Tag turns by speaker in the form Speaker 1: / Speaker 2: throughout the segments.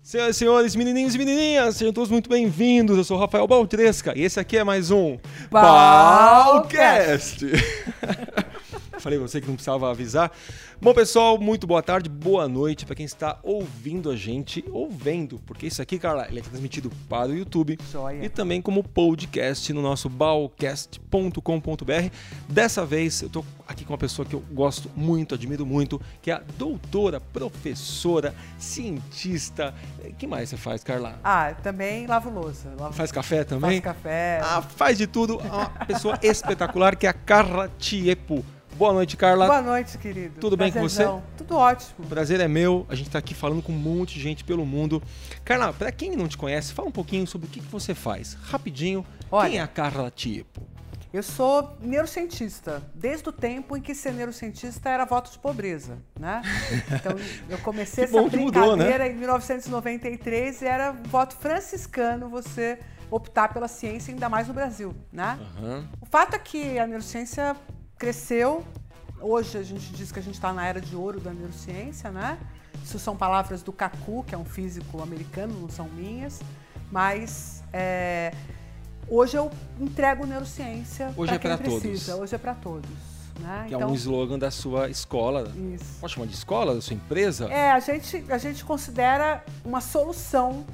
Speaker 1: Senhoras e senhores, menininhos e menininhas, sejam todos muito bem-vindos. Eu sou o Rafael Baltresca e esse aqui é mais um
Speaker 2: Balcast.
Speaker 1: Falei pra você que não precisava avisar. Bom, pessoal, muito boa tarde, boa noite para quem está ouvindo a gente, ou vendo, porque isso aqui, cara, ele é transmitido para o YouTube
Speaker 2: Joia.
Speaker 1: e também como podcast no nosso balcast.com.br. Dessa vez eu tô aqui com uma pessoa que eu gosto muito, admiro muito, que é a doutora, professora, cientista. O que mais você faz, Carla?
Speaker 2: Ah, também lavo louça. Lavo,
Speaker 1: Faz café
Speaker 2: faço
Speaker 1: também?
Speaker 2: café.
Speaker 1: Ah, faz de tudo. Uma pessoa espetacular que é a Carla Tiepo. Boa noite, Carla.
Speaker 2: Boa noite, querido.
Speaker 1: Tudo bem com você?
Speaker 2: Prazerzão. Tudo ótimo.
Speaker 1: O prazer é meu. A gente tá aqui falando com um monte de gente pelo mundo. Carla, pra quem não te conhece, fala um pouquinho sobre o que, que você faz. Rapidinho,
Speaker 2: Olha.
Speaker 1: quem é a Carla Tiepo?
Speaker 2: Eu sou neurocientista, desde o tempo em que ser neurocientista era voto de pobreza, né? Então, eu comecei
Speaker 1: Que
Speaker 2: essa
Speaker 1: bom que mudou, né?
Speaker 2: brincadeira em 1993 e era voto franciscano você optar pela ciência, ainda mais no Brasil, né?
Speaker 1: Aham.
Speaker 2: O fato é que a neurociência cresceu. Hoje a gente diz que a gente está na era de ouro da neurociência, né? Isso são palavras do Kaku, que é um físico americano, não são minhas. Mas é, hoje eu entrego neurociência
Speaker 1: Hoje
Speaker 2: para
Speaker 1: é
Speaker 2: quem
Speaker 1: pra todos.
Speaker 2: precisa. Hoje é para todos. Né?
Speaker 1: Que é um slogan da sua escola.
Speaker 2: isso.
Speaker 1: Pode chamar de escola? Da sua empresa?
Speaker 2: É, a gente, a gente considera uma solução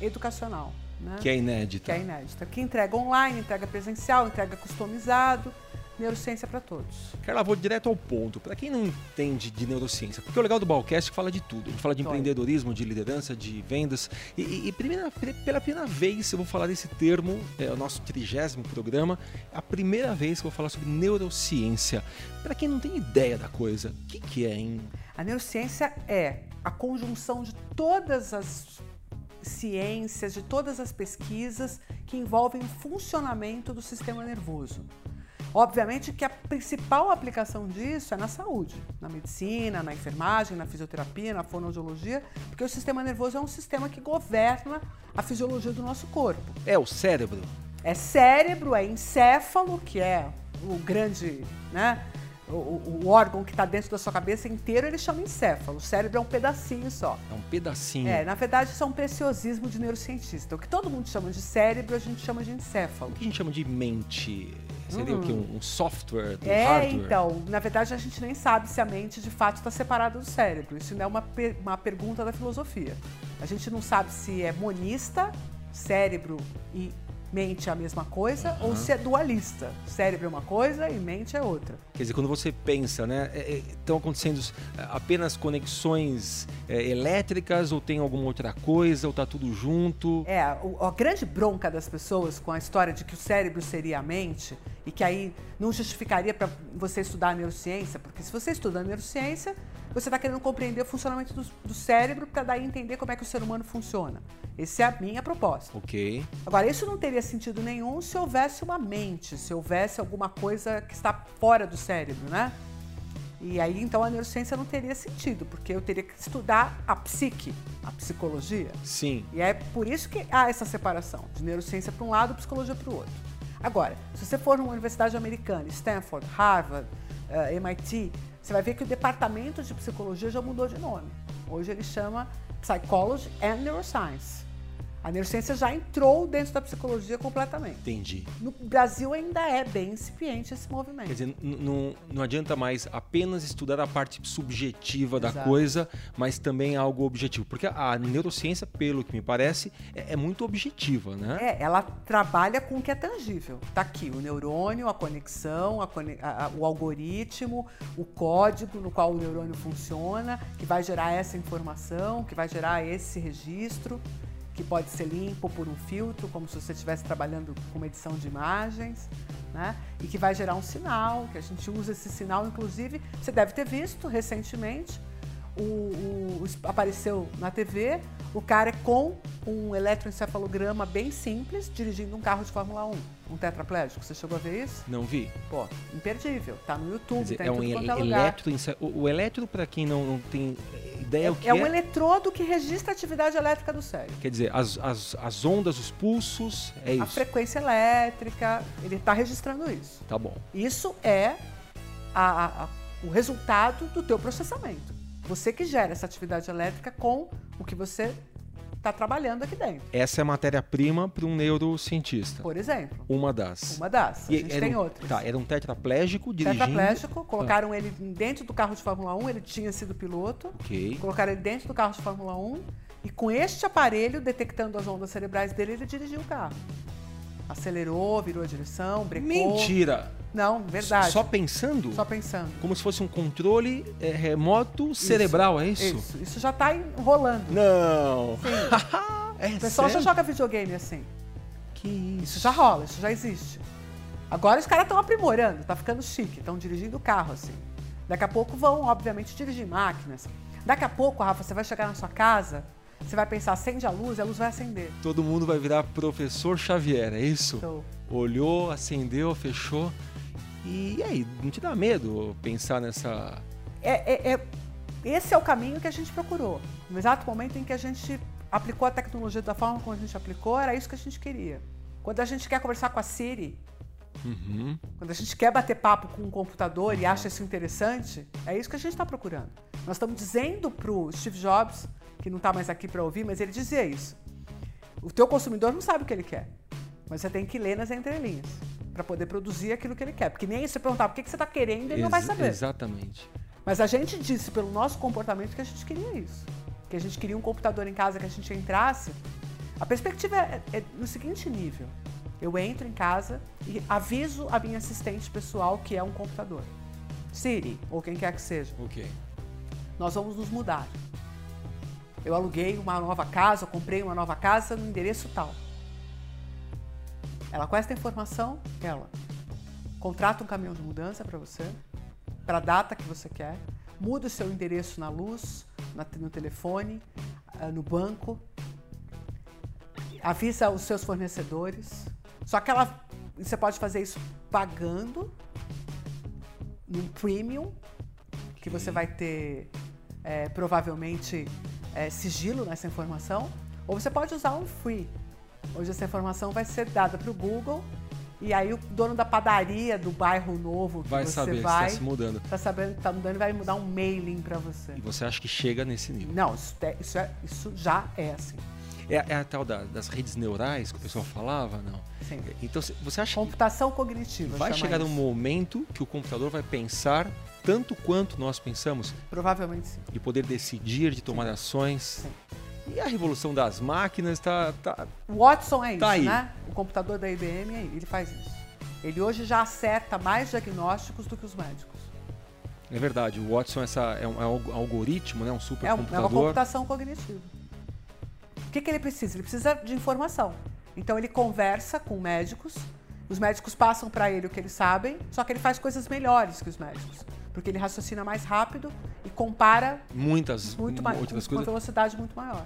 Speaker 2: educacional. Né?
Speaker 1: Que é inédita.
Speaker 2: que é inédita, que entrega online, entrega presencial, entrega customizado, neurociência para todos.
Speaker 1: Carla, vou direto ao ponto. Pra quem não entende de neurociência, porque o legal do Balcast é que fala de tudo. A gente fala de
Speaker 2: Olha.
Speaker 1: empreendedorismo, de liderança, de vendas. E, e- e primeira- pela primeira vez eu vou falar desse termo, é o nosso trigésimo programa, a primeira vez que eu vou falar sobre neurociência. Pra quem não tem ideia da coisa, o que, que é, hein?
Speaker 2: A neurociência é a conjunção de todas as ciências, de todas as pesquisas que envolvem o funcionamento do sistema nervoso. Obviamente que a principal aplicação disso é na saúde, na medicina, na enfermagem, na fisioterapia, na fonoaudiologia, porque o sistema nervoso é um sistema que governa a fisiologia do nosso corpo.
Speaker 1: É o cérebro?
Speaker 2: É cérebro, é encéfalo, que é o grande, né? O, o- o órgão que está dentro da sua cabeça inteiro, ele chama encéfalo. O cérebro é um pedacinho só.
Speaker 1: É um pedacinho.
Speaker 2: É, na verdade, isso é um preciosismo de neurocientista. O que todo mundo chama de cérebro, a gente chama de encéfalo.
Speaker 1: O que a gente chama de mente? Seria o que? Um, um software? Um
Speaker 2: Hum. É,
Speaker 1: hardware?
Speaker 2: então, na verdade, a gente nem sabe se a mente de fato está separada do cérebro. Isso não é uma, per- uma pergunta da filosofia. A gente não sabe se é monista, cérebro e mente é a mesma coisa, ou se é dualista, cérebro é uma coisa e mente é outra.
Speaker 1: Quer dizer, quando você pensa, né? é- é- Estão acontecendo é, apenas conexões é, elétricas ou tem alguma outra coisa ou tá tudo junto?
Speaker 2: É, o- a grande bronca das pessoas com a história de que o cérebro seria a mente e que aí não justificaria para você estudar a neurociência, porque se você estuda a neurociência, você está querendo compreender o funcionamento do, do cérebro para daí entender como é que o ser humano funciona. Essa é a minha proposta.
Speaker 1: Ok.
Speaker 2: Agora, isso não teria sentido nenhum se houvesse uma mente, se houvesse alguma coisa que está fora do cérebro, né? E aí, então, a neurociência não teria sentido, porque eu teria que estudar a psique, a psicologia.
Speaker 1: Sim.
Speaker 2: E é por isso que há essa separação de neurociência para um lado e psicologia para o outro. Agora, se você for numa universidade americana, Stanford, Harvard, eh, MIT, você vai ver que o departamento de psicologia já mudou de nome. Hoje ele chama Psychology and Neuroscience. A neurociência já entrou dentro da psicologia completamente.
Speaker 1: Entendi.
Speaker 2: No Brasil ainda é bem incipiente esse movimento.
Speaker 1: Quer dizer, n- não- não adianta mais apenas estudar a parte subjetiva da
Speaker 2: Exato.
Speaker 1: coisa, mas também algo objetivo. Porque a a neurociência, pelo que me parece, é, é muito objetiva, né?
Speaker 2: É, ela trabalha com o que é tangível. Tá aqui o neurônio, a conexão, a cone- a- a- o algoritmo, o código no qual o neurônio funciona, que vai gerar essa informação, que vai gerar esse registro, que pode ser limpo por um filtro, como se você estivesse trabalhando com uma edição de imagens, né? E que vai gerar um sinal, que a gente usa esse sinal, inclusive, você deve ter visto recentemente, o, o- o- apareceu na TV o cara é com um eletroencefalograma bem simples dirigindo um carro de Fórmula 1, um tetraplégico. Você chegou a ver isso?
Speaker 1: Não vi.
Speaker 2: Pô, imperdível. Tá no
Speaker 1: Quer
Speaker 2: YouTube,
Speaker 1: dizer,
Speaker 2: tá em
Speaker 1: é um
Speaker 2: É. tudo
Speaker 1: ele-
Speaker 2: quanto é lugar.
Speaker 1: eletro. O, o eletro, para quem não, não tem ideia o que
Speaker 2: É um eletrodo que registra a atividade elétrica do cérebro.
Speaker 1: Quer dizer, as, as, as ondas, os pulsos, é
Speaker 2: A
Speaker 1: isso.
Speaker 2: frequência elétrica, ele está registrando isso.
Speaker 1: Tá bom.
Speaker 2: Isso é a- a- a- o resultado do teu processamento. Você que gera essa atividade elétrica com o que você está trabalhando aqui dentro,
Speaker 1: Essa é a matéria-prima para um neurocientista.
Speaker 2: por exemplo.
Speaker 1: Uma das.
Speaker 2: Uma das. A gente
Speaker 1: era
Speaker 2: tem
Speaker 1: um,
Speaker 2: outras.
Speaker 1: Tá, era um tetraplégico dirigindo. Ah.
Speaker 2: Tetraplégico, colocaram ele dentro do carro de Fórmula 1, ele tinha sido piloto.
Speaker 1: Ok.
Speaker 2: Colocaram ele dentro do carro de Fórmula 1 e com este aparelho, detectando as ondas cerebrais dele, ele dirigiu o carro. Acelerou, virou a direção, brecou.
Speaker 1: Mentira!
Speaker 2: Não, verdade.
Speaker 1: Só pensando?
Speaker 2: Só pensando.
Speaker 1: Como se fosse um controle é, remoto cerebral, é isso?
Speaker 2: Isso, isso já tá rolando.
Speaker 1: Não! é
Speaker 2: O pessoal
Speaker 1: sério?
Speaker 2: já joga videogame assim.
Speaker 1: Que isso?
Speaker 2: Isso já rola, isso já existe. Agora os caras estão aprimorando, tá ficando chique, estão dirigindo carro assim. Daqui a pouco vão, obviamente, dirigir máquinas. Daqui a pouco, Rafa, você vai chegar na sua casa, você vai pensar, acende a luz e a luz vai acender.
Speaker 1: Todo mundo vai virar professor Xavier, é isso?
Speaker 2: Então,
Speaker 1: Olhou, acendeu, fechou. E aí, não te dá medo pensar nessa.
Speaker 2: é- é- é- esse é o caminho que a gente procurou. No exato momento em que a gente aplicou a tecnologia da forma como a gente aplicou, era isso que a gente queria. Quando a gente quer conversar com a Siri,
Speaker 1: Uhum.
Speaker 2: Quando a gente quer bater papo com um computador e acha isso interessante, é isso que a gente está procurando. Nós estamos dizendo para o Steve Jobs, que não está mais aqui para ouvir, mas ele dizia isso. O teu consumidor não sabe o que ele quer, mas você tem que ler nas entrelinhas para poder produzir aquilo que ele quer. Porque nem você perguntar por que que você está querendo, ele não vai
Speaker 1: Ex-
Speaker 2: saber.
Speaker 1: Exatamente.
Speaker 2: Mas a gente disse pelo nosso comportamento que a gente queria isso. Que a gente queria um computador em casa que a gente entrasse. A perspectiva é, é no seguinte nível: eu entro em casa e aviso a minha assistente pessoal que é um computador. Siri, ou quem quer que seja,
Speaker 1: Ok.
Speaker 2: nós vamos nos mudar. Eu aluguei uma nova casa, eu comprei uma nova casa no endereço tal. Ela, com esta informação, ela contrata um caminhão de mudança para você, para a data que você quer, muda o seu endereço na luz, na- no telefone, ah, no banco, avisa os seus fornecedores. Só que ela, você pode fazer isso pagando num premium, que você vai ter é, provavelmente é, sigilo nessa informação, ou você pode usar um free. Hoje essa informação vai ser dada para o Google e aí o dono da padaria do bairro novo que
Speaker 1: Vai
Speaker 2: você
Speaker 1: saber
Speaker 2: vai
Speaker 1: se tá se mudando.
Speaker 2: tá sabendo que tá mudando e vai mudar um mailing para você.
Speaker 1: E você acha que chega nesse nível?
Speaker 2: Não, isso, é- isso, é- isso já é assim.
Speaker 1: É, é a tal da- das redes neurais que o pessoal falava? Não.
Speaker 2: Sim.
Speaker 1: Então, se- você acha que
Speaker 2: Computação cognitiva.
Speaker 1: vai
Speaker 2: chama
Speaker 1: chegar um
Speaker 2: isso.
Speaker 1: momento que o computador vai pensar tanto quanto nós pensamos?
Speaker 2: Provavelmente sim.
Speaker 1: de poder decidir, de tomar ações.
Speaker 2: Sim.
Speaker 1: E a revolução das máquinas tá, tá-
Speaker 2: O Watson é isso,
Speaker 1: Tá aí.
Speaker 2: né? O computador da IBM é ele faz isso. Ele hoje já acerta mais diagnósticos do que os médicos.
Speaker 1: É verdade, o Watson é essa, é, um, é um algoritmo, né? um
Speaker 2: É, um- é uma
Speaker 1: supercomputador.
Speaker 2: computação cognitiva. O que, que ele precisa? Ele precisa de informação. Então ele conversa com médicos, os médicos passam para ele o que eles sabem, só que ele faz coisas melhores que os médicos, porque ele raciocina mais rápido e compara
Speaker 1: Muitas
Speaker 2: muito
Speaker 1: mu-
Speaker 2: mais, com
Speaker 1: Hum, outras
Speaker 2: uma
Speaker 1: coisas.
Speaker 2: velocidade muito maior.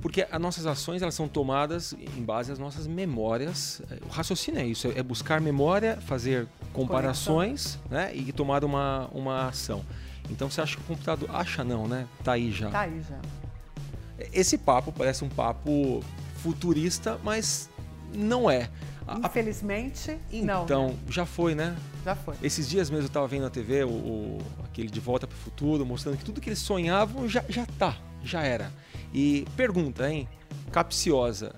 Speaker 1: Porque as nossas ações elas são tomadas em base às nossas memórias. O raciocínio é isso, é buscar memória, fazer comparações né? e tomar uma, uma ação. Então você acha que o computador. Acha não, né? Tá aí já.
Speaker 2: Tá aí já.
Speaker 1: Esse papo parece um papo futurista, mas não é. A- a-
Speaker 2: Infelizmente, não.
Speaker 1: então, já foi, né?
Speaker 2: Já foi.
Speaker 1: Esses dias mesmo eu tava vendo na TV o, o- aquele De Volta pro Futuro, mostrando que tudo que eles sonhavam já, já tá, já era. E pergunta, hein? Capciosa.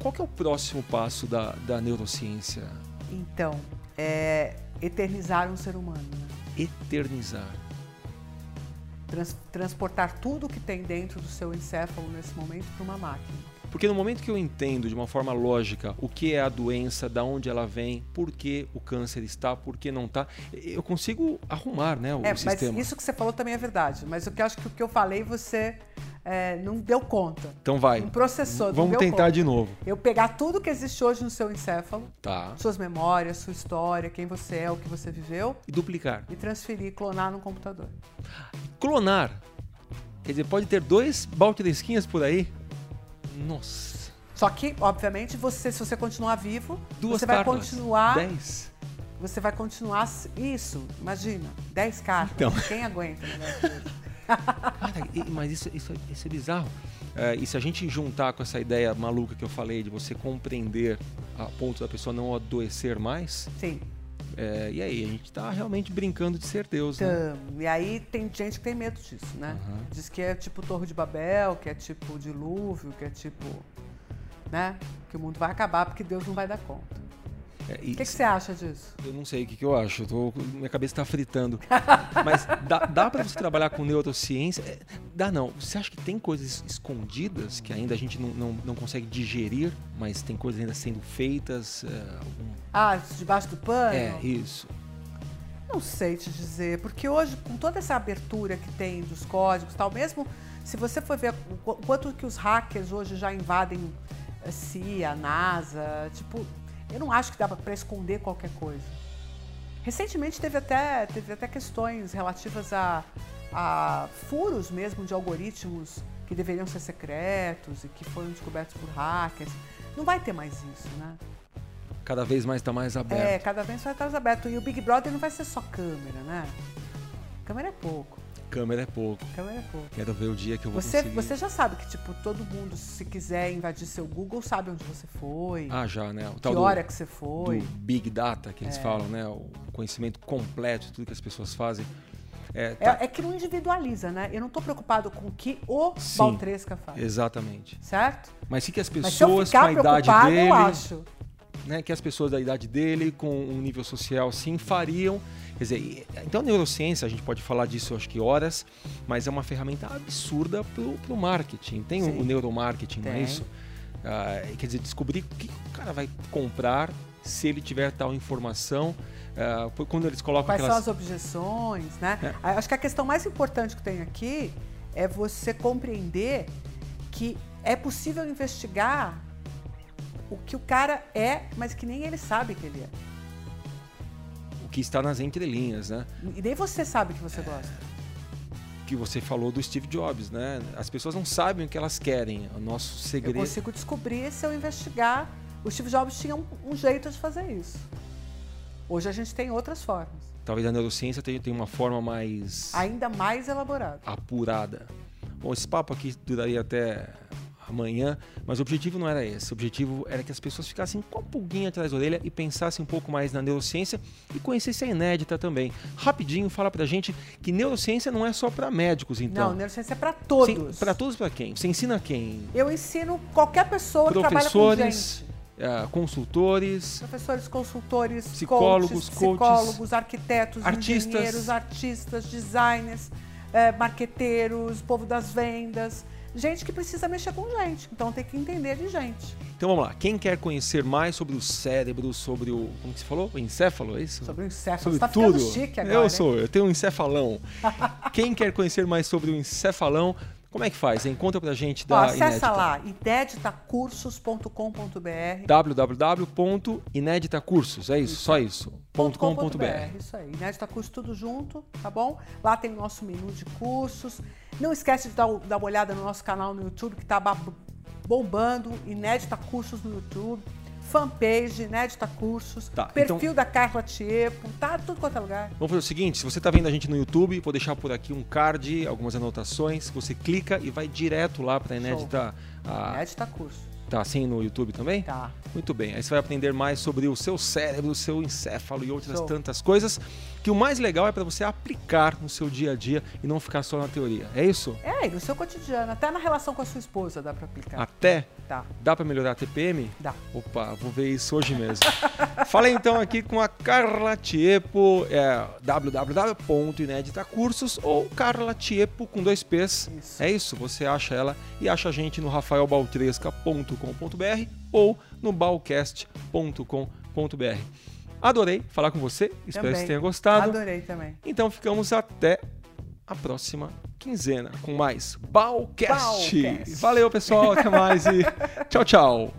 Speaker 1: Qual que é o próximo passo da, da neurociência?
Speaker 2: Então, é, eternizar um ser humano. né?
Speaker 1: Eternizar.
Speaker 2: Trans- transportar tudo que tem dentro do seu encéfalo nesse momento para uma máquina.
Speaker 1: Porque no momento que eu entendo de uma forma lógica o que é a doença, da onde ela vem, por que o câncer está, por que não está, eu consigo arrumar né, o
Speaker 2: É, mas
Speaker 1: sistema.
Speaker 2: isso que você falou também é verdade. Mas o que eu acho que o que eu falei você é, não deu conta.
Speaker 1: Então vai,
Speaker 2: Um processor. não
Speaker 1: vamos
Speaker 2: deu
Speaker 1: tentar
Speaker 2: conta.
Speaker 1: de novo.
Speaker 2: Eu pegar tudo que existe hoje no seu encéfalo,
Speaker 1: Tá.
Speaker 2: suas memórias, sua história, quem você é, o que você viveu,
Speaker 1: E duplicar.
Speaker 2: e transferir, clonar num computador.
Speaker 1: clonar. Quer dizer, pode ter dois baltiresquinhas por aí. Nossa.
Speaker 2: Só que, obviamente, você, se você continuar vivo,
Speaker 1: Duas
Speaker 2: você vai
Speaker 1: tarlas.
Speaker 2: continuar.
Speaker 1: Dez.
Speaker 2: Você vai continuar. s- Isso, imagina. 10 cartas.
Speaker 1: Então.
Speaker 2: Quem aguenta? um negócio desse?
Speaker 1: Cara, e- mas isso, isso, isso é bizarro. É, e se a gente juntar com essa ideia maluca que eu falei de você compreender a ponto da pessoa não adoecer mais,
Speaker 2: Sim.
Speaker 1: É, e aí, a gente tá realmente brincando de ser Deus, né?
Speaker 2: Tamo. E aí tem gente que tem medo disso, né?
Speaker 1: Aham.
Speaker 2: Diz que é tipo Torre de Babel, que é tipo dilúvio, que é tipo. né? Que o mundo vai acabar porque Deus não vai dar conta.
Speaker 1: É, e
Speaker 2: Então, O que, que você acha disso?
Speaker 1: Eu não sei o que, que eu acho, eu tô- minha cabeça tá fritando. Mas dá, dá para você trabalhar com neurociência? É, dá não. Você acha que tem coisas escondidas que ainda a gente não, não, não consegue digerir, mas tem coisas ainda sendo feitas? É, algum-
Speaker 2: Ah, isso debaixo do pano?
Speaker 1: é isso.
Speaker 2: Não sei te dizer, porque hoje, com toda essa abertura que tem dos códigos e tal, mesmo se você for ver o qu- quanto que os hackers hoje já invadem a CIA, a NASA, tipo, eu não acho que dá para esconder qualquer coisa. Recentemente teve até, teve até questões relativas a, a furos mesmo de algoritmos que deveriam ser secretos e que foram descobertos por hackers. Não vai ter mais isso, né?
Speaker 1: Cada vez mais tá mais
Speaker 2: É,
Speaker 1: aberto.
Speaker 2: cada vez vai estar mais aberto. E o Big Brother não vai ser só câmera, né? Câmera é pouco.
Speaker 1: Câmera é pouco.
Speaker 2: Câmera é pouco.
Speaker 1: Quero ver o dia que eu vou
Speaker 2: Você,
Speaker 1: conseguir.
Speaker 2: você já sabe que, tipo, todo mundo, se quiser invadir seu Google, sabe onde você foi,
Speaker 1: Ah, já, né? O
Speaker 2: que
Speaker 1: do-
Speaker 2: hora que você
Speaker 1: do
Speaker 2: foi. É.
Speaker 1: Big Data que eles falam, né? O conhecimento completo de tudo que as pessoas fazem. É, tá-
Speaker 2: É, é que não individualiza, né? Eu não tô preocupado com o que o
Speaker 1: Sim.
Speaker 2: Baltresca faz,
Speaker 1: Exatamente.
Speaker 2: certo?
Speaker 1: Mas o que, que as
Speaker 2: Tá. Mas se eu
Speaker 1: pessoas com
Speaker 2: ficar
Speaker 1: a idade
Speaker 2: preocupado,
Speaker 1: dele.
Speaker 2: eu acho.
Speaker 1: né, que as pessoas da idade dele, com um nível social assim, fariam. Quer dizer, e- então a neurociência, a gente pode falar disso acho que horas, mas é uma ferramenta absurda pro, pro marketing. Tem o,
Speaker 2: Sim.
Speaker 1: o neuromarketing, não é
Speaker 2: Tem.
Speaker 1: isso? Ah, quer dizer, descobrir o que o cara vai comprar se ele tiver tal informação. Ah, pô, quando eles colocam
Speaker 2: Quais são
Speaker 1: aquelas.
Speaker 2: as objeções, né?
Speaker 1: É.
Speaker 2: A- Acho que a questão mais importante que tem aqui é você compreender que é possível investigar o que o cara é, mas que nem ele sabe que ele é.
Speaker 1: O que está nas entrelinhas, né?
Speaker 2: E nem você sabe que você gosta.
Speaker 1: Que você falou do Steve Jobs, né? As pessoas não sabem o que elas querem. O nosso
Speaker 2: Eu
Speaker 1: segredo.
Speaker 2: consigo descobrir se eu investigar. O Steve Jobs tinha um, um jeito de fazer isso. Hoje a gente tem outras formas,
Speaker 1: Talvez a neurociência tenha, tenha uma forma mais.
Speaker 2: ainda mais elaboradas.
Speaker 1: apurada. Bom, esse papo aqui duraria até amanhã, mas o objetivo não era esse. O objetivo era que as pessoas ficassem com a pulguinha atrás da orelha e pensassem um pouco mais na neurociência e conhecessem a inédita também. Rapidinho, fala pra gente que neurociência não é só pra médicos, então.
Speaker 2: Não, neurociência é para todos.
Speaker 1: Para todos, pra quem? Você ensina quem?
Speaker 2: Eu ensino qualquer pessoa que trabalha com
Speaker 1: Professores,
Speaker 2: gente.
Speaker 1: ah, consultores,
Speaker 2: Professores, consultores,
Speaker 1: Psicólogos,
Speaker 2: coaches, psicólogos,
Speaker 1: coaches,
Speaker 2: arquitetos,
Speaker 1: artistas.
Speaker 2: engenheiros, artistas, designers, eh, marqueteiros, povo das vendas. Gente que precisa mexer com gente, então tem que entender de gente.
Speaker 1: Então vamos lá. Quem quer conhecer mais sobre o cérebro, sobre o. Como que você falou? O encéfalo, é isso?
Speaker 2: Sobre o encéfalo,
Speaker 1: sobre
Speaker 2: você tá
Speaker 1: tudo.
Speaker 2: ficando chique agora.
Speaker 1: eu
Speaker 2: hein?
Speaker 1: sou, eu tenho um encefalão. Quem quer conhecer mais sobre o encefalão, como é que faz? hein? Conta pra gente
Speaker 2: Ó,
Speaker 1: da
Speaker 2: acessa
Speaker 1: Inédita.
Speaker 2: lá, ineditacursos.com.br.
Speaker 1: www.ineditacursos, é isso, só isso. .com.br.
Speaker 2: tá Isso aí, Né? Inédita Cursos tudo junto, tá bom? Lá tem o nosso menu de cursos. Não esquece de dar, o- dar uma olhada no nosso canal no YouTube, que tá bab- bombando, Inédita Cursos no YouTube. Fanpage, Inédita Cursos,
Speaker 1: Tá,
Speaker 2: perfil
Speaker 1: então-
Speaker 2: da Carla Tiepo, tá tudo quanto é lugar.
Speaker 1: Vamos fazer o seguinte, se você está vendo a gente no YouTube, vou deixar por aqui um card, algumas anotações, você clica e vai direto lá para Inédita. Ah,
Speaker 2: Inédita Cursos,
Speaker 1: tá assim no YouTube também?
Speaker 2: tá.
Speaker 1: Muito bem, aí você vai aprender mais sobre o seu cérebro, o seu encéfalo e outras
Speaker 2: Show.
Speaker 1: tantas coisas, que o mais legal é para você aplicar no seu dia a dia e não ficar só na teoria. É isso?
Speaker 2: É, e no seu cotidiano, até na relação com a sua esposa dá pra aplicar.
Speaker 1: Até
Speaker 2: Tá,
Speaker 1: dá para melhorar a TPM?
Speaker 2: dá.
Speaker 1: Opa, vou ver isso hoje mesmo. Falei então aqui com a Carla Tiepo, é www.ineditacursos ou Carla Tiepo com dois P's.
Speaker 2: Isso.
Speaker 1: É isso, você acha ela e acha a gente no rafaelbaltresca.com.br ou no balcast.com.br. Adorei falar com você, espero que
Speaker 2: Também.
Speaker 1: você tenha gostado.
Speaker 2: Adorei também.
Speaker 1: Então ficamos até a próxima quinzena com mais Balcast.
Speaker 2: Balcast.
Speaker 1: Valeu, pessoal, até mais e tchau, tchau.